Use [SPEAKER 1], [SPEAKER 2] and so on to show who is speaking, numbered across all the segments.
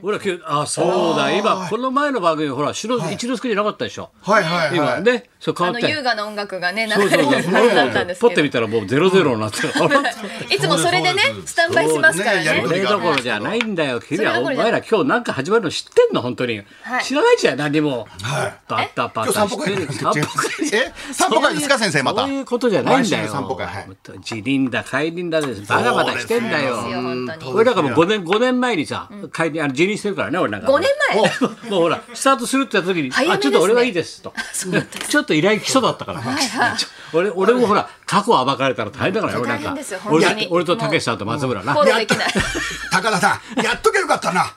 [SPEAKER 1] ほら、きあ、そうだ、今、この前の番組、ほら、白、一之輔じゃなかったでしょ。
[SPEAKER 2] はいはいは
[SPEAKER 1] 今
[SPEAKER 2] い。
[SPEAKER 1] ね、そう変
[SPEAKER 3] あ
[SPEAKER 1] わ
[SPEAKER 3] の
[SPEAKER 1] っ
[SPEAKER 3] 優
[SPEAKER 1] て。
[SPEAKER 3] 雅な音楽がね流
[SPEAKER 1] そう
[SPEAKER 3] れ
[SPEAKER 1] そう
[SPEAKER 3] る
[SPEAKER 1] そう、
[SPEAKER 3] はずだったんです
[SPEAKER 1] ポっ
[SPEAKER 3] け
[SPEAKER 1] て
[SPEAKER 3] ど
[SPEAKER 1] みたら、もうゼロゼロになってる。あら
[SPEAKER 3] いつもそれでねスタンバイしますから
[SPEAKER 2] そう
[SPEAKER 3] ね
[SPEAKER 2] です
[SPEAKER 1] それどころじゃないんだよ。君は、お
[SPEAKER 3] それどころじゃ
[SPEAKER 1] 前ら今日なんか始まるの知ってんの本当に
[SPEAKER 3] は。い
[SPEAKER 1] 知らないじゃん、何も。
[SPEAKER 2] はい
[SPEAKER 1] バッタバ
[SPEAKER 2] 今
[SPEAKER 1] タ
[SPEAKER 2] 日散
[SPEAKER 1] し
[SPEAKER 2] 歩
[SPEAKER 1] て
[SPEAKER 2] 会なん
[SPEAKER 1] る。
[SPEAKER 2] で
[SPEAKER 1] 散歩会。
[SPEAKER 2] すよえ散歩会ですか先生また
[SPEAKER 1] そういうことじゃないんだ
[SPEAKER 2] 毎
[SPEAKER 1] よ
[SPEAKER 2] 週散歩会はい。
[SPEAKER 1] 辞任だ、解任だです。バカバカしてんだよ。
[SPEAKER 3] そうですよ本当に
[SPEAKER 1] 俺だからもう5年、5年前にさ、解任、あの辞任してるからね、俺なんか。
[SPEAKER 3] 5年前
[SPEAKER 1] もうほら、スタートするってやった時に、
[SPEAKER 3] 早め
[SPEAKER 1] あ、
[SPEAKER 3] です
[SPEAKER 1] ちょ
[SPEAKER 3] ね
[SPEAKER 1] っと俺はいいですと。
[SPEAKER 3] そうなんです
[SPEAKER 1] ちょっと依頼来そうだったから。ちょ俺、俺もほら、過去暴かれたら大変だからよ、俺なん
[SPEAKER 3] 大変
[SPEAKER 1] か
[SPEAKER 3] ですよ。本
[SPEAKER 1] 俺
[SPEAKER 3] 当
[SPEAKER 1] と
[SPEAKER 3] に
[SPEAKER 1] 俺とたけしさんと松村な
[SPEAKER 3] フォ。ローできない
[SPEAKER 2] 高田さん、やっとけよかったな。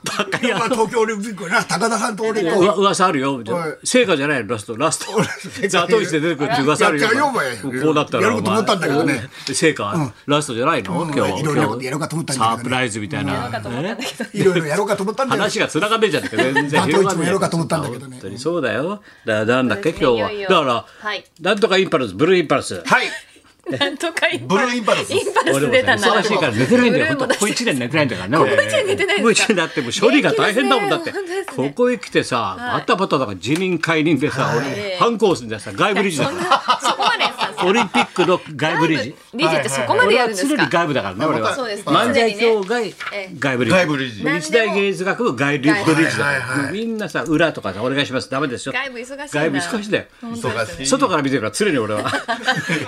[SPEAKER 2] まあ東京オリンピックな、高田さんと俺と。
[SPEAKER 1] うわ噂あるよ、みたい
[SPEAKER 2] は。
[SPEAKER 1] ない成果じゃないの、ラスト、ラスト。
[SPEAKER 2] 俺
[SPEAKER 1] ザトイチで出てくるって噂あるよ。
[SPEAKER 2] やっちゃうよ
[SPEAKER 1] お前
[SPEAKER 2] お前
[SPEAKER 1] こうなったら。
[SPEAKER 2] やること思ったんだけどね
[SPEAKER 1] お前。お成果、ラストじゃないの今日。
[SPEAKER 2] いろいろなことやろうかと思ったんだけど
[SPEAKER 1] サ
[SPEAKER 2] ね
[SPEAKER 1] プライズみたいな。ね
[SPEAKER 2] いろいろやろうかと思ったんだけど
[SPEAKER 1] 話がつながんねえじゃんって全然
[SPEAKER 2] バトイチもやろうかと思ったんだけどね
[SPEAKER 1] 本当にそうだよだなんだっけ今日
[SPEAKER 3] い
[SPEAKER 1] は
[SPEAKER 3] よいよ
[SPEAKER 1] だから、
[SPEAKER 3] はい
[SPEAKER 1] なんとかインパルスブルーインパルス
[SPEAKER 2] はい。
[SPEAKER 3] なんとかイン
[SPEAKER 2] ブ
[SPEAKER 3] パ
[SPEAKER 2] ルーインパルス。
[SPEAKER 3] インパルス出たな
[SPEAKER 1] 忙しいから寝てないんだよ
[SPEAKER 3] ブルーも
[SPEAKER 1] 本当
[SPEAKER 3] 出
[SPEAKER 1] こ
[SPEAKER 3] し
[SPEAKER 1] こ一年寝てないんだからねここ
[SPEAKER 3] 一年寝てないんですか
[SPEAKER 1] だってもう処理が大変だもんだって、
[SPEAKER 3] 元気ですね本当です
[SPEAKER 1] こ
[SPEAKER 3] ね
[SPEAKER 1] こへ来てさバタバタだから辞任解任でさ、俺反抗するんだよさ外部理事だ
[SPEAKER 3] そ
[SPEAKER 1] か
[SPEAKER 3] ん
[SPEAKER 1] ら
[SPEAKER 3] なそこまでさ
[SPEAKER 1] オリンピックの外部理事
[SPEAKER 3] 理事ってそこまで
[SPEAKER 1] 俺
[SPEAKER 3] や
[SPEAKER 1] は
[SPEAKER 3] るんです
[SPEAKER 1] 常に
[SPEAKER 3] か
[SPEAKER 1] 外部だからね俺は
[SPEAKER 3] そうですね
[SPEAKER 1] 漫才協会
[SPEAKER 3] ええ
[SPEAKER 1] 外部理事
[SPEAKER 2] 外部理事
[SPEAKER 1] 日大芸術学部外部理事
[SPEAKER 2] は
[SPEAKER 1] だ
[SPEAKER 2] いはいはい
[SPEAKER 1] みんなさ裏とかさお願いしますダメですよ
[SPEAKER 3] 外部忙しいな
[SPEAKER 1] 外部忙しいだよ
[SPEAKER 2] 忙しい。
[SPEAKER 1] 外から見てるから常に俺は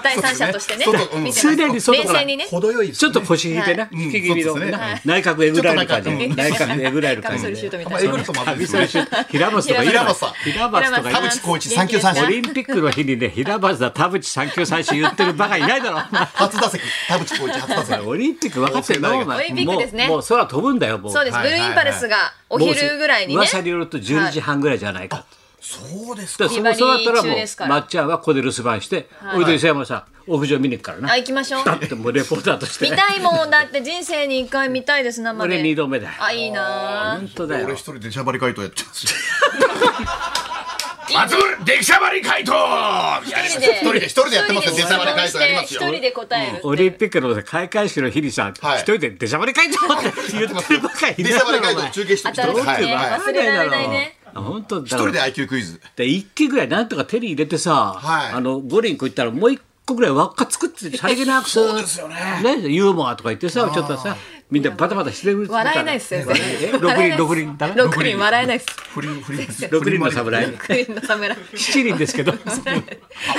[SPEAKER 3] 第三者としてね
[SPEAKER 2] そうですね
[SPEAKER 3] 見て
[SPEAKER 1] 常に外
[SPEAKER 3] ます冷
[SPEAKER 1] から
[SPEAKER 3] 静にね
[SPEAKER 2] 程よいです
[SPEAKER 1] ちょっと腰引いてな、
[SPEAKER 2] い
[SPEAKER 1] 引き気味の
[SPEAKER 2] うんそうですね
[SPEAKER 1] な内角えぐらいの感じ
[SPEAKER 2] ちょっとなん
[SPEAKER 1] 内角えぐらいの
[SPEAKER 3] カ
[SPEAKER 1] 感
[SPEAKER 3] ミ
[SPEAKER 1] じ
[SPEAKER 3] ソリシュートみ
[SPEAKER 2] ま
[SPEAKER 3] た
[SPEAKER 2] あ
[SPEAKER 3] い
[SPEAKER 2] エ
[SPEAKER 3] な
[SPEAKER 2] グルトもあるんです
[SPEAKER 1] そ
[SPEAKER 2] よ
[SPEAKER 1] れ平松とかいいだろ
[SPEAKER 2] 平松さん
[SPEAKER 1] 平松とかいいだ
[SPEAKER 2] 田
[SPEAKER 1] ろ
[SPEAKER 2] 淵光一三球三
[SPEAKER 1] オ
[SPEAKER 2] 振。
[SPEAKER 1] リンピックの日にね平松だ田淵三球三振言ってるバカいないだろ
[SPEAKER 2] 初打席。田淵光一初打席。
[SPEAKER 1] オリンピック分かってるのお前
[SPEAKER 3] オリンピックですね
[SPEAKER 1] もうもう空飛ぶんだよもう
[SPEAKER 3] そうです
[SPEAKER 2] は
[SPEAKER 3] ブ
[SPEAKER 2] い
[SPEAKER 3] ルーインパルスがお昼ぐらいに
[SPEAKER 1] もう
[SPEAKER 3] ね
[SPEAKER 1] 噂によると12時半ぐらいじゃないか
[SPEAKER 2] そうです
[SPEAKER 1] だ
[SPEAKER 2] か。
[SPEAKER 1] からそもそもだったら
[SPEAKER 3] ビ
[SPEAKER 1] も
[SPEAKER 3] バリー中です
[SPEAKER 1] う
[SPEAKER 3] から
[SPEAKER 1] まっちゃんはここで留守番して俺と磯山さん屋上見に行くからな
[SPEAKER 3] あ行きましょう
[SPEAKER 1] だってもうレポーターとして
[SPEAKER 3] 見たいもんだって人生に一回見たいです生
[SPEAKER 1] 俺二
[SPEAKER 3] で
[SPEAKER 1] 度目だよ
[SPEAKER 3] あいいな
[SPEAKER 1] 本当だよ
[SPEAKER 2] 俺一人でしゃばり回答やっちゃう し。
[SPEAKER 4] 松村出来しゃばり回答
[SPEAKER 3] 一
[SPEAKER 2] 一人で一人でやってますよ出しゃばり回答やりますよ
[SPEAKER 3] 一人で答えるって
[SPEAKER 1] オリンピックの開会式の日にさ、
[SPEAKER 2] はい
[SPEAKER 1] 一人で出しゃばり会長って言ってるばっかり
[SPEAKER 2] でしゃばり回答中継して
[SPEAKER 3] 新
[SPEAKER 2] 一人で。
[SPEAKER 3] しい
[SPEAKER 2] はい
[SPEAKER 3] ね
[SPEAKER 2] はい。
[SPEAKER 3] 忘れられないね
[SPEAKER 1] 本当だ
[SPEAKER 2] 一人で IQ クイズ。
[SPEAKER 1] で一機ぐらいなんとか手に入れてさ、
[SPEAKER 2] はい
[SPEAKER 1] あの五輪こ行ったらもう一個ぐらい輪っか作ってさりげなくさ
[SPEAKER 2] そうですよね
[SPEAKER 1] ユーモアとか言ってさちょっとさみんなバタバタしてる
[SPEAKER 3] 笑えないです先生
[SPEAKER 1] 六人六人だな
[SPEAKER 3] 六人笑えないです
[SPEAKER 2] フリーフリー。
[SPEAKER 1] 六人の侍
[SPEAKER 3] 六人 の侍
[SPEAKER 1] 七人ですけど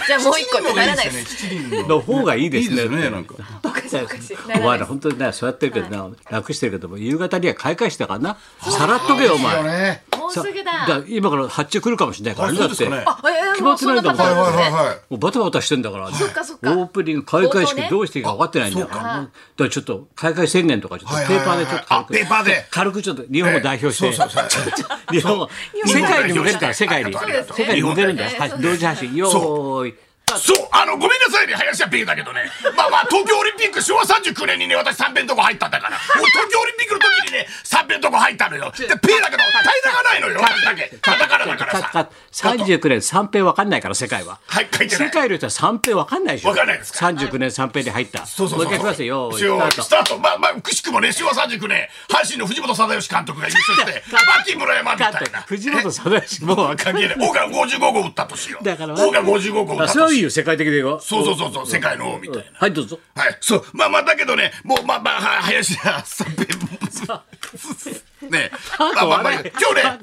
[SPEAKER 3] じゃあもう一個ってならないです
[SPEAKER 2] すね。七人の。
[SPEAKER 1] の方がいいで
[SPEAKER 2] い
[SPEAKER 1] す
[SPEAKER 2] い
[SPEAKER 1] ね
[SPEAKER 2] ですねなんか。
[SPEAKER 3] おかしいおかしいな
[SPEAKER 1] お
[SPEAKER 3] ら
[SPEAKER 1] 前
[SPEAKER 3] な
[SPEAKER 1] ら
[SPEAKER 3] い
[SPEAKER 1] 本当にねそうやってるけどな、楽してるけども夕方には開会式だからなさらっとけよお前
[SPEAKER 2] よね。
[SPEAKER 3] もうす
[SPEAKER 1] さ
[SPEAKER 3] ぐ
[SPEAKER 1] だか
[SPEAKER 3] だ
[SPEAKER 1] ら今から発注来るかもしれないからね
[SPEAKER 2] あそ
[SPEAKER 1] だ
[SPEAKER 2] う
[SPEAKER 1] っ
[SPEAKER 2] です
[SPEAKER 1] て
[SPEAKER 2] かね
[SPEAKER 3] あえー
[SPEAKER 1] 決まってないんだもん
[SPEAKER 3] もうそ
[SPEAKER 2] はい
[SPEAKER 3] なパ
[SPEAKER 2] はいはいは
[SPEAKER 3] ターンですね
[SPEAKER 2] い。
[SPEAKER 1] もうバタバタしてんだから、
[SPEAKER 3] そっかそっ
[SPEAKER 1] オ
[SPEAKER 3] か
[SPEAKER 1] ープニング開会式
[SPEAKER 3] 冒頭ね
[SPEAKER 1] どうしていいか分かってないんだよ、
[SPEAKER 2] あそう
[SPEAKER 1] だ
[SPEAKER 2] か
[SPEAKER 1] からちょっと開会宣言とかちょっと
[SPEAKER 2] は
[SPEAKER 1] ペ
[SPEAKER 2] いはい
[SPEAKER 1] ーパ
[SPEAKER 2] は
[SPEAKER 1] ー
[SPEAKER 2] い
[SPEAKER 1] でちょっと軽く、
[SPEAKER 4] あペーパーで
[SPEAKER 1] 軽くちょっと日本を代表して、
[SPEAKER 2] そうそうそう
[SPEAKER 1] ちょっと日本を世界に向けるから世界に
[SPEAKER 4] そう
[SPEAKER 3] ですね
[SPEAKER 1] 世界に向けるんだよ、
[SPEAKER 3] 日
[SPEAKER 1] はい
[SPEAKER 3] 本代表
[SPEAKER 1] 同時発信よーい
[SPEAKER 4] そうあのごめんなさいね林家ペグだけどねまあまあ東京オリンピック昭和39年にね私三遍とこ入ったんだから俺東京オリンピックの時にね三遍とこ入ったのよでペーだけど平らがないのよあれだけカタカナだからさ
[SPEAKER 1] 39年三平分かんないから世界は
[SPEAKER 4] はい書いてな
[SPEAKER 1] 世
[SPEAKER 4] い
[SPEAKER 1] 界の人は三平分かんないでしょ
[SPEAKER 4] わかんないですか
[SPEAKER 1] 39年三平に入った
[SPEAKER 2] うそうそう
[SPEAKER 1] もう一回いきますよよーい
[SPEAKER 4] 一応
[SPEAKER 1] スタート
[SPEAKER 4] スタートまあまあくしくもね昭和39年阪神の藤本貞義監督が優勝 してバッキー村山みたい
[SPEAKER 1] だって
[SPEAKER 4] な
[SPEAKER 1] 藤本貞治もう分かん
[SPEAKER 4] 関係ない 王が55号打った年よ
[SPEAKER 1] だから
[SPEAKER 4] 王が55号打っ
[SPEAKER 1] あ
[SPEAKER 4] た
[SPEAKER 1] それはいい
[SPEAKER 4] 年
[SPEAKER 1] よ世界的でよ
[SPEAKER 4] そうそうそうそう世界の王みたいな
[SPEAKER 1] はいどうぞ
[SPEAKER 4] はい、そう、まあまあ、だけどね、もう、まあまあ、は 林家三平も。ねえ、
[SPEAKER 1] パン
[SPEAKER 4] まあ
[SPEAKER 1] コ
[SPEAKER 4] まあまあ、
[SPEAKER 1] 笑
[SPEAKER 4] 今
[SPEAKER 1] え
[SPEAKER 4] 日ね、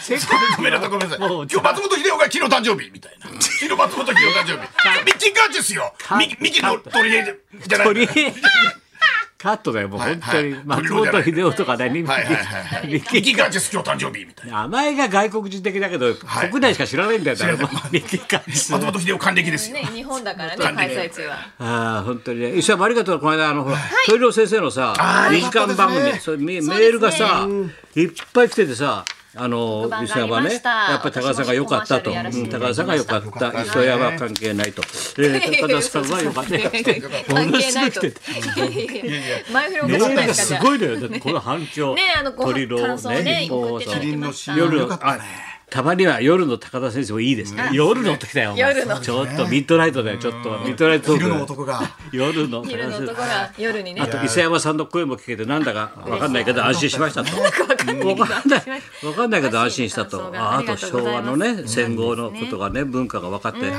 [SPEAKER 1] 世界
[SPEAKER 4] ごめんなさい、ごめんなさい。
[SPEAKER 1] もう
[SPEAKER 4] 今日松本秀夫が昨日誕生日みた いな。昨日松本秀夫誕生日。ミッキーガーですよ。ミキ、ミキの取り柄じゃない。
[SPEAKER 1] 鳥カットだよもう本当に
[SPEAKER 4] はい
[SPEAKER 1] 松本秀夫とかね
[SPEAKER 4] はいはいはいはい。
[SPEAKER 1] ミ
[SPEAKER 4] ミ
[SPEAKER 1] ッキー
[SPEAKER 4] キーガーです今日誕生日みたいな。
[SPEAKER 1] 名前が外国人的だけど
[SPEAKER 4] い
[SPEAKER 1] 国内しか知らないんだよ誰も ミッキーカース
[SPEAKER 4] 松本秀夫還暦ですよ。
[SPEAKER 3] ね日本だからね開 催中は
[SPEAKER 1] ああ本当にね石田もありがとうこの間あのほら鳥郎先生のさ
[SPEAKER 2] あー
[SPEAKER 1] 2時間番
[SPEAKER 2] よかったです
[SPEAKER 1] 組そうメメ
[SPEAKER 2] ね
[SPEAKER 3] そうですね
[SPEAKER 1] ールがさいっぱい来ててさあの
[SPEAKER 3] 番
[SPEAKER 1] 石
[SPEAKER 3] があ
[SPEAKER 1] 山
[SPEAKER 3] り
[SPEAKER 1] は
[SPEAKER 3] ま
[SPEAKER 1] ね
[SPEAKER 3] し
[SPEAKER 1] やったぱり高田さんが良かったと、
[SPEAKER 3] 私もコマーシャル
[SPEAKER 1] うん
[SPEAKER 3] やらせていた
[SPEAKER 1] 高田さんが良かった
[SPEAKER 3] だきました
[SPEAKER 2] かったです
[SPEAKER 1] 磯
[SPEAKER 2] ね
[SPEAKER 1] 山は関係ないと、えー、高田さんは良か った
[SPEAKER 3] 関係ないと前振りお
[SPEAKER 1] メール
[SPEAKER 3] かしくな
[SPEAKER 1] が
[SPEAKER 3] いです
[SPEAKER 1] す
[SPEAKER 3] かじゃあ
[SPEAKER 1] ごいのよだってこの反響
[SPEAKER 3] ねあのご感想をね
[SPEAKER 1] 鳥郎
[SPEAKER 3] 送っていただきました
[SPEAKER 2] キリンの CM
[SPEAKER 1] 夜
[SPEAKER 2] よかったね。
[SPEAKER 1] たまには夜の高田先生もいいですね。夜の時だよ。お前
[SPEAKER 3] 夜の
[SPEAKER 1] ちょっとミッドナイトだよ。ちょっとミッドナイトトーク
[SPEAKER 2] 昼の男が。
[SPEAKER 1] 夜の高田
[SPEAKER 3] 昼の
[SPEAKER 1] 先
[SPEAKER 3] とこ
[SPEAKER 1] 生。
[SPEAKER 3] ろは夜にね
[SPEAKER 1] あと伊勢山さんの声も聞けてなんだかわかんないけど安心しましたと。わかんない。わかんない。けど安心した
[SPEAKER 3] 嬉し
[SPEAKER 1] と
[SPEAKER 3] い。感想が
[SPEAKER 1] あ
[SPEAKER 3] あ
[SPEAKER 1] あ
[SPEAKER 3] りが
[SPEAKER 1] と
[SPEAKER 3] とう
[SPEAKER 1] 昭
[SPEAKER 3] ござい
[SPEAKER 1] 和
[SPEAKER 3] ます
[SPEAKER 1] のね戦後のことがね文化が分かって。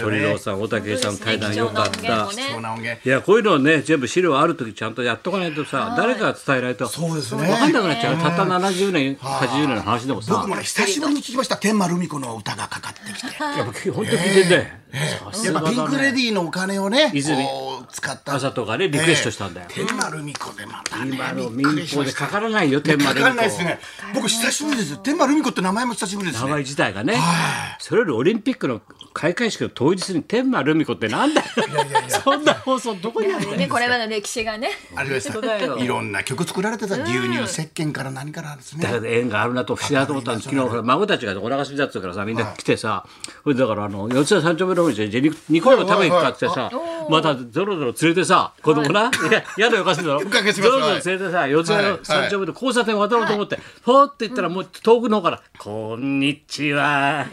[SPEAKER 1] 鳥郎さん、小 竹さん対談良かっ
[SPEAKER 3] 貴重な
[SPEAKER 1] た
[SPEAKER 3] 音源も。
[SPEAKER 4] 貴重
[SPEAKER 3] ね
[SPEAKER 4] な音源
[SPEAKER 1] いやこういうのをね全部資料ある時ちゃんとやっとかないとさ誰かが伝えないと
[SPEAKER 2] そうですね
[SPEAKER 1] 分かんなくなっちゃう。たった70年80年の話でもさ
[SPEAKER 2] 僕。もね久しぶりに聞きました天満ルミ子の歌がかかってきてや
[SPEAKER 1] やっぱ本当に聞いてね。さす
[SPEAKER 2] っ
[SPEAKER 1] が
[SPEAKER 2] ぱピン
[SPEAKER 1] だ
[SPEAKER 2] クレ
[SPEAKER 1] ね
[SPEAKER 2] デ。ィーのお金をね
[SPEAKER 1] 泉
[SPEAKER 2] こう使った
[SPEAKER 1] 朝とかねリクエストしたんだよ。
[SPEAKER 2] 天満ルミ子でまたね
[SPEAKER 1] 今の
[SPEAKER 2] び
[SPEAKER 1] 民
[SPEAKER 2] っくりし
[SPEAKER 1] 放
[SPEAKER 2] ま
[SPEAKER 1] で
[SPEAKER 2] した
[SPEAKER 1] かからないよ天
[SPEAKER 2] か
[SPEAKER 1] 丸
[SPEAKER 2] かんないですね僕久しぶりです天満ルミ子って名前も久しぶりです
[SPEAKER 1] 名
[SPEAKER 2] ね
[SPEAKER 1] 前自体がね、それよりオリンピックの開会式の当日に天満ルミ子ってなんだよそんな放送どこにあるの
[SPEAKER 3] ねこれまでの歴史がね
[SPEAKER 2] あれです
[SPEAKER 1] 本当だよ
[SPEAKER 2] いろんな曲作られてた牛乳石鹸から何からですね
[SPEAKER 1] だけど縁があるなと不思議だと思ったの昨日ほら孫たちがお腹すいたっつうからさみんな来てさ、それでだからあの四谷三丁目の方にじゃあ肉肉でも食べに行くかってさ、またゾロゾロ連れてさ子供な、い、や嫌だよおかしいだろゾ
[SPEAKER 4] か
[SPEAKER 1] ロ
[SPEAKER 4] げし
[SPEAKER 1] ゾ
[SPEAKER 4] ます
[SPEAKER 1] ロ連れてさ四谷の三丁目の交差点渡ろうと思って、ほーって言ったらもう遠くの方から「こんにちは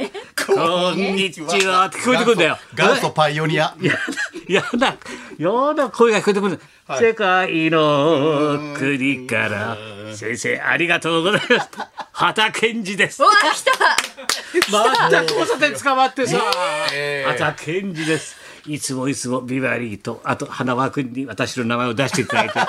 [SPEAKER 1] こんにちは」って聞こえてくるんだよ。
[SPEAKER 4] 元祖パイオニア
[SPEAKER 1] やだ、 やだ、やだ声が聞こえてくる。世界の国から、先生ありがとうございます。畑健二です
[SPEAKER 3] う。わ来た
[SPEAKER 1] また交差点捕まってさ、畑健二です。いつもいつもビバリーとあと花輪君に私の名前を出していただいて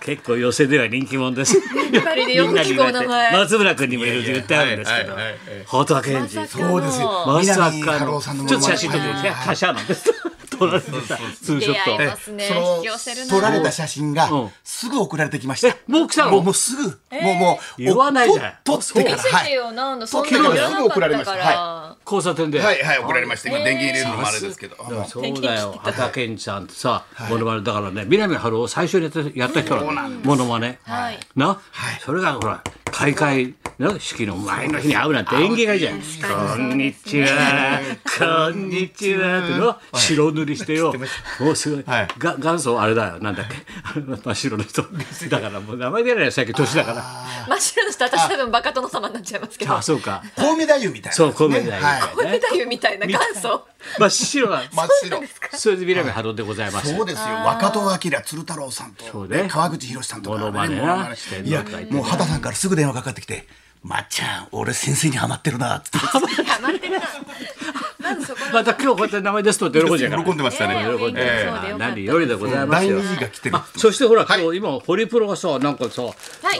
[SPEAKER 1] 結構寄せでは人気者ですビ
[SPEAKER 3] バリーでよく聞くお名前
[SPEAKER 1] 松村君にもいろいろ言ってあるんですけど
[SPEAKER 4] いやいやはいはいはい
[SPEAKER 1] 畑健二
[SPEAKER 2] そうですよ
[SPEAKER 1] まさ
[SPEAKER 2] 南
[SPEAKER 1] か
[SPEAKER 2] 春
[SPEAKER 1] の
[SPEAKER 2] 夫
[SPEAKER 1] ち
[SPEAKER 2] さ
[SPEAKER 1] ょ
[SPEAKER 2] んの
[SPEAKER 1] っ
[SPEAKER 2] モノ
[SPEAKER 1] と
[SPEAKER 2] マ
[SPEAKER 1] 写
[SPEAKER 2] ネ
[SPEAKER 1] 真撮ってみて他社なんです撮られてさツーショ
[SPEAKER 3] 出会い
[SPEAKER 1] ッ
[SPEAKER 3] ま
[SPEAKER 1] ト
[SPEAKER 3] すね
[SPEAKER 2] その
[SPEAKER 3] 引き寄せるな
[SPEAKER 2] 撮られた写真が
[SPEAKER 1] うん
[SPEAKER 2] すぐ送られてきました
[SPEAKER 1] え。もう来たの
[SPEAKER 2] もうもうすぐ、もうもう
[SPEAKER 1] 言わないじゃん
[SPEAKER 2] と撮ってから
[SPEAKER 3] 見せ
[SPEAKER 2] は
[SPEAKER 3] て
[SPEAKER 2] い。
[SPEAKER 3] よなんだそん
[SPEAKER 2] 撮
[SPEAKER 3] な
[SPEAKER 2] って
[SPEAKER 3] の
[SPEAKER 2] く
[SPEAKER 3] い
[SPEAKER 2] ださ
[SPEAKER 3] ら
[SPEAKER 2] い
[SPEAKER 3] なかったから、
[SPEAKER 1] 交差点で
[SPEAKER 4] はいはい送られました今電源入れるのもあれですけど
[SPEAKER 1] だからそう
[SPEAKER 3] 転
[SPEAKER 1] だ よ畑健二さんってさモノマネだからね南春夫を最初にやったやった人なのモノマネ
[SPEAKER 3] はい
[SPEAKER 1] なそれがほら開会の式の前の日に会うなんて演芸がいいじゃん「こんにちはこんにちは」っての白塗りしてよもうすごいが元祖あれだよなんだっけ 真っ白の人だからもう名前出ないよ最近年だから
[SPEAKER 3] 真っ白の人私多分バカ殿様になっちゃいますけど
[SPEAKER 1] あそうか
[SPEAKER 2] コウメ太夫みたいな、
[SPEAKER 1] そう小宮だ
[SPEAKER 2] はい
[SPEAKER 1] よ
[SPEAKER 3] 小梅太夫みたいな元祖
[SPEAKER 1] 真っ白な
[SPEAKER 4] 真っ白
[SPEAKER 1] それで南春夫でございます
[SPEAKER 2] そうですよ。若戸明鶴太郎さんと、
[SPEAKER 1] うね
[SPEAKER 2] 川口博さんとか、
[SPEAKER 1] モノマネな
[SPEAKER 2] モノマネ
[SPEAKER 1] してんの
[SPEAKER 2] いや
[SPEAKER 1] とか言ってね
[SPEAKER 2] もう畑さんからすぐ電話かかってきて。まっちゃん、俺先生にハマってるなって。
[SPEAKER 3] ハマってるなまずそこの
[SPEAKER 1] また今日こうやって名前ですとって喜んじゃうから
[SPEAKER 4] 喜んでましたね
[SPEAKER 3] ね
[SPEAKER 1] 喜んで
[SPEAKER 3] ええ
[SPEAKER 1] まあ何よりでございます
[SPEAKER 2] 第
[SPEAKER 1] よ
[SPEAKER 2] 二。次が来てる。
[SPEAKER 1] あそしてほら、今日今ホリプロがさなんかさ、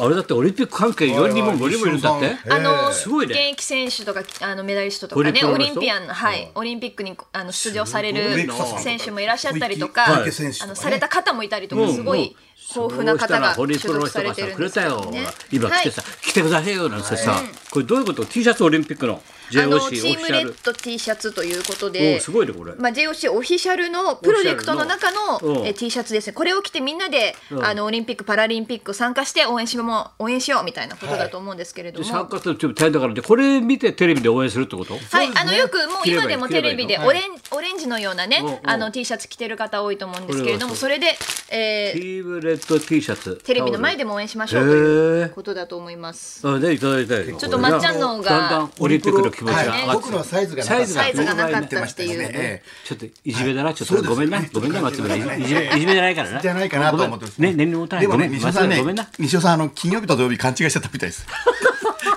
[SPEAKER 1] あれだってオリンピック関係4人も5人もいるんだって、
[SPEAKER 3] あの
[SPEAKER 1] すごいね
[SPEAKER 3] 現役選手とかあのメダリストと
[SPEAKER 1] オリ
[SPEAKER 3] か
[SPEAKER 1] ンピッ
[SPEAKER 3] ね
[SPEAKER 1] クの
[SPEAKER 3] オ
[SPEAKER 1] 人
[SPEAKER 3] リンピアンのはいオリンピックにあの出場される
[SPEAKER 2] すごいな
[SPEAKER 3] 選手もいらっしゃったりと
[SPEAKER 2] 小
[SPEAKER 3] か
[SPEAKER 2] 池選手とか
[SPEAKER 3] あ
[SPEAKER 2] ね
[SPEAKER 3] のされた方もいたりと
[SPEAKER 1] う
[SPEAKER 3] か
[SPEAKER 1] ん
[SPEAKER 3] すごい豊富な方が
[SPEAKER 1] ホ
[SPEAKER 3] 所
[SPEAKER 1] リプロの
[SPEAKER 3] 属
[SPEAKER 1] 人
[SPEAKER 3] され
[SPEAKER 1] がさ
[SPEAKER 3] てるん
[SPEAKER 1] く
[SPEAKER 3] で
[SPEAKER 1] れ
[SPEAKER 3] すけ
[SPEAKER 1] た
[SPEAKER 3] ど
[SPEAKER 1] よ、
[SPEAKER 3] ね
[SPEAKER 1] 今来てさ、来てくださいよなんてさ、これどういうこと T シャツオリンピックの
[SPEAKER 3] あ
[SPEAKER 1] JOC
[SPEAKER 3] の
[SPEAKER 1] オフ
[SPEAKER 3] チ
[SPEAKER 1] ィ
[SPEAKER 3] ーム
[SPEAKER 1] シ
[SPEAKER 3] レ
[SPEAKER 1] ャ
[SPEAKER 3] ッ
[SPEAKER 1] ル
[SPEAKER 3] ド T シャツということ
[SPEAKER 1] お
[SPEAKER 3] で
[SPEAKER 1] うすごいねこれ
[SPEAKER 3] まあ、JOC オフィシャルのプロジェクトの中
[SPEAKER 1] オフィシャルの
[SPEAKER 3] のえ T シャツですねこれを着てみんなで、あのオリンピック・パラリンピック参加して応援しも応援しようみたいなことだと思うんですけれど
[SPEAKER 1] で
[SPEAKER 3] も、
[SPEAKER 1] 参加するって大変だからでこれ見てテレビで応援するってこと
[SPEAKER 3] はい、あのよくもう
[SPEAKER 1] 着ればいい
[SPEAKER 3] 今でもテレビで
[SPEAKER 1] 着
[SPEAKER 3] オレンオレンジのようなね
[SPEAKER 1] うんうん
[SPEAKER 3] あの T シャツ着てる方多いと思うんですけれども
[SPEAKER 1] こ
[SPEAKER 3] それで、え
[SPEAKER 1] チ
[SPEAKER 3] ー、
[SPEAKER 1] ームレッド T シャツ
[SPEAKER 3] テレビの前で
[SPEAKER 1] も
[SPEAKER 3] も応援しましょうとい
[SPEAKER 1] へー
[SPEAKER 3] うことだと思います。
[SPEAKER 1] あねいただいたよ
[SPEAKER 3] ちょっとまっちゃんの方が
[SPEAKER 1] だんだんオリンピックの気持ちが上
[SPEAKER 2] は
[SPEAKER 1] が
[SPEAKER 2] い
[SPEAKER 1] って
[SPEAKER 2] 僕のはサイズがな
[SPEAKER 1] サイ
[SPEAKER 2] かった
[SPEAKER 1] ズが
[SPEAKER 3] サイズがなかったっていう、
[SPEAKER 4] ええ
[SPEAKER 1] ちょっといじめだな、ちょっとごめんな、ごめんな、松村、い
[SPEAKER 2] そうです
[SPEAKER 1] じめ、いじめじゃないからな。
[SPEAKER 4] じゃないかなと思ってます
[SPEAKER 1] ね、年齢もたない。
[SPEAKER 4] でも
[SPEAKER 1] ごめ
[SPEAKER 4] ね、
[SPEAKER 1] ん、
[SPEAKER 4] 西尾
[SPEAKER 1] 松
[SPEAKER 4] さん
[SPEAKER 1] 村、
[SPEAKER 4] ね
[SPEAKER 1] ごめんな。、
[SPEAKER 4] 西尾さん、あの、金曜日と土曜日勘違いしちゃったみたい です。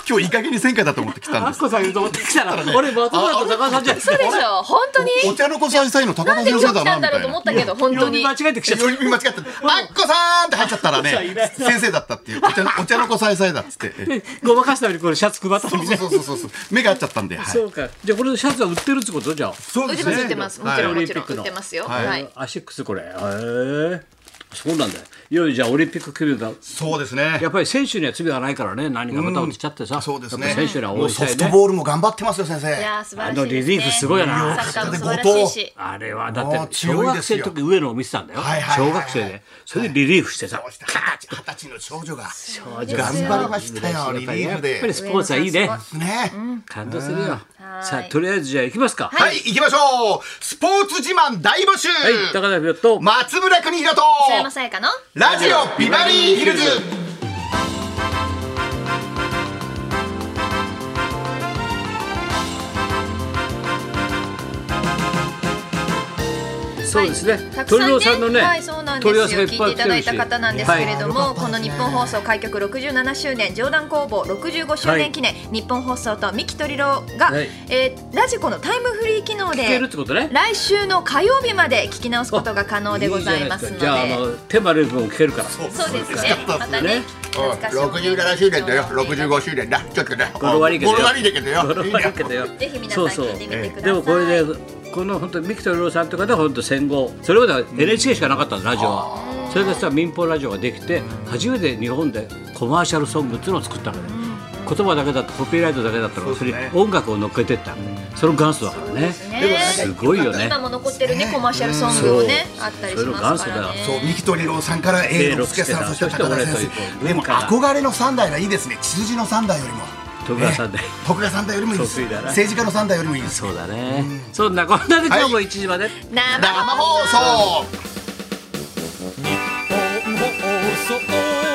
[SPEAKER 4] 今日いい加減にせんかだと思って来たん
[SPEAKER 1] あ
[SPEAKER 4] で
[SPEAKER 1] っ
[SPEAKER 4] す。
[SPEAKER 1] こさん言うと思ってきたら、俺、松村と高田さんじゃん。
[SPEAKER 3] そうでしょ本当に
[SPEAKER 4] お茶の子さんしたいの高
[SPEAKER 3] な
[SPEAKER 4] 田
[SPEAKER 3] んで
[SPEAKER 4] 博
[SPEAKER 3] 今
[SPEAKER 4] さ
[SPEAKER 3] 日
[SPEAKER 4] んだな、み
[SPEAKER 3] 来たんだ
[SPEAKER 4] た
[SPEAKER 3] ろうと
[SPEAKER 4] い
[SPEAKER 3] 思っ
[SPEAKER 4] な。
[SPEAKER 3] たけど本当
[SPEAKER 1] 曜日
[SPEAKER 3] に
[SPEAKER 1] 間違えてきちゃった。
[SPEAKER 4] より間違ってた。あっこさんって入っちゃったらね
[SPEAKER 1] いない、
[SPEAKER 4] 先生だったっていう。お茶のお茶の子さんしたいだっつって。 ええ
[SPEAKER 1] ごまかすためにこれシャツ配った
[SPEAKER 4] そ
[SPEAKER 1] み
[SPEAKER 4] う
[SPEAKER 1] たい
[SPEAKER 4] そうそうそうそう。目が合っちゃったんで。はい
[SPEAKER 1] そうか。じゃあこれシャツは売ってるってことじゃあ。
[SPEAKER 2] そう
[SPEAKER 3] 売
[SPEAKER 2] で
[SPEAKER 3] って
[SPEAKER 2] す
[SPEAKER 3] ます
[SPEAKER 2] ね。
[SPEAKER 3] 売ってますも
[SPEAKER 1] はい
[SPEAKER 3] ちろん
[SPEAKER 1] オリン
[SPEAKER 3] も
[SPEAKER 1] ピ
[SPEAKER 3] ち
[SPEAKER 1] ッ
[SPEAKER 3] ろん
[SPEAKER 1] クの
[SPEAKER 3] 売ってますよ
[SPEAKER 4] は
[SPEAKER 3] はいい、
[SPEAKER 1] アシックスこれ。へえ。そうなんだよ。いよいよじゃあオリンピック気分だ。
[SPEAKER 4] そうですね
[SPEAKER 1] や。っぱり選手には罪はないからね、何がまた落ちちゃってさ。
[SPEAKER 4] そうですね
[SPEAKER 1] やっぱ選手には
[SPEAKER 2] も
[SPEAKER 1] 応
[SPEAKER 2] う
[SPEAKER 1] 援し
[SPEAKER 2] ソ
[SPEAKER 1] た
[SPEAKER 2] フ
[SPEAKER 1] い
[SPEAKER 2] ト
[SPEAKER 1] ね。
[SPEAKER 2] ボールも頑張ってますよ先生。
[SPEAKER 3] いやー素晴
[SPEAKER 1] あ
[SPEAKER 3] らしいです、ね、
[SPEAKER 1] のリリーフすごいな。
[SPEAKER 3] サッカーも素晴らしいし
[SPEAKER 1] あれはだっ
[SPEAKER 2] もう
[SPEAKER 1] て小
[SPEAKER 2] 強い
[SPEAKER 1] 学
[SPEAKER 2] です
[SPEAKER 1] 生
[SPEAKER 2] よ
[SPEAKER 1] の時上野を見てたんだよ、
[SPEAKER 2] はいはいはいはい
[SPEAKER 1] 小学生でそれでリリーフしてさ、
[SPEAKER 4] 二十歳二十歳の少女が
[SPEAKER 1] 頑
[SPEAKER 4] 頑張りましたよリリーフ
[SPEAKER 1] やっぱり
[SPEAKER 4] で。
[SPEAKER 1] スポーツはいいね
[SPEAKER 2] ね。
[SPEAKER 1] 感動するよ
[SPEAKER 3] はい
[SPEAKER 1] さあとりあえずじゃあ行きますか
[SPEAKER 4] はい行きましょう。スポーツ自慢大募集。
[SPEAKER 1] はい、高田美代と
[SPEAKER 4] 松村邦弘と
[SPEAKER 3] 磯山さやかの
[SPEAKER 4] ラジオビバリーヒルズ。
[SPEAKER 1] そうですね
[SPEAKER 3] はいたく
[SPEAKER 1] 鳥郎さんのね
[SPEAKER 3] はい、そうなんですよ。
[SPEAKER 1] 鳥郎さん
[SPEAKER 3] 聞
[SPEAKER 1] が
[SPEAKER 3] い
[SPEAKER 1] い
[SPEAKER 3] て
[SPEAKER 1] っ
[SPEAKER 3] い
[SPEAKER 1] ぱい来てる
[SPEAKER 3] た
[SPEAKER 1] し
[SPEAKER 3] だいた方なんですけれども、
[SPEAKER 2] はい
[SPEAKER 3] この日本放送開局67周年、冗談工房65周年記念、日本放送と三木鳥郎が、
[SPEAKER 1] はい
[SPEAKER 3] えーラジコのタイムフリー機能
[SPEAKER 1] 聞け
[SPEAKER 3] で
[SPEAKER 1] るっ。てことね
[SPEAKER 3] 来週の火曜日まで聞き直すことが可能でございますので。
[SPEAKER 1] いいじゃないですかじゃああの手丸くんも聞けるから そう
[SPEAKER 3] そうですね
[SPEAKER 1] か。
[SPEAKER 3] またね。
[SPEAKER 4] 六十七周年だよ、六十五周年だ。ちょっとね、
[SPEAKER 1] 語呂悪いけどよ
[SPEAKER 4] 語呂悪いけどよ。
[SPEAKER 1] 語呂悪いけどよ
[SPEAKER 3] ぜひ皆さん聞いてみてください
[SPEAKER 1] でもこれでこの本当に三木太郎さんとかで本当戦後それまで NHK しかなかったのラジオはそれでさ民放ラジオができて初めて日本でコマーシャルソングっていうのを作ったのよ言葉だけだとコピーライトだけだったのがそれに音楽を乗っけてったその元祖だからね
[SPEAKER 3] ね
[SPEAKER 1] でもすごいよね
[SPEAKER 3] 今も残ってるねコマーシャルソングをねあったりしますからね。
[SPEAKER 2] そう三木鳥郎さんから永六輔さんそして高田
[SPEAKER 1] そ
[SPEAKER 2] 先
[SPEAKER 1] して俺と
[SPEAKER 2] 生で
[SPEAKER 1] 文
[SPEAKER 2] も
[SPEAKER 1] 化が
[SPEAKER 2] 憧れの三代がいいですね血筋の三代よりも
[SPEAKER 1] 徳川さんで
[SPEAKER 2] ね徳川三代よりもいいです
[SPEAKER 1] そうだな
[SPEAKER 2] 政治家の三代よりもいいです
[SPEAKER 1] そうだねそんなこんなで今日も1時まで
[SPEAKER 3] 生
[SPEAKER 4] 生放送。
[SPEAKER 5] 放送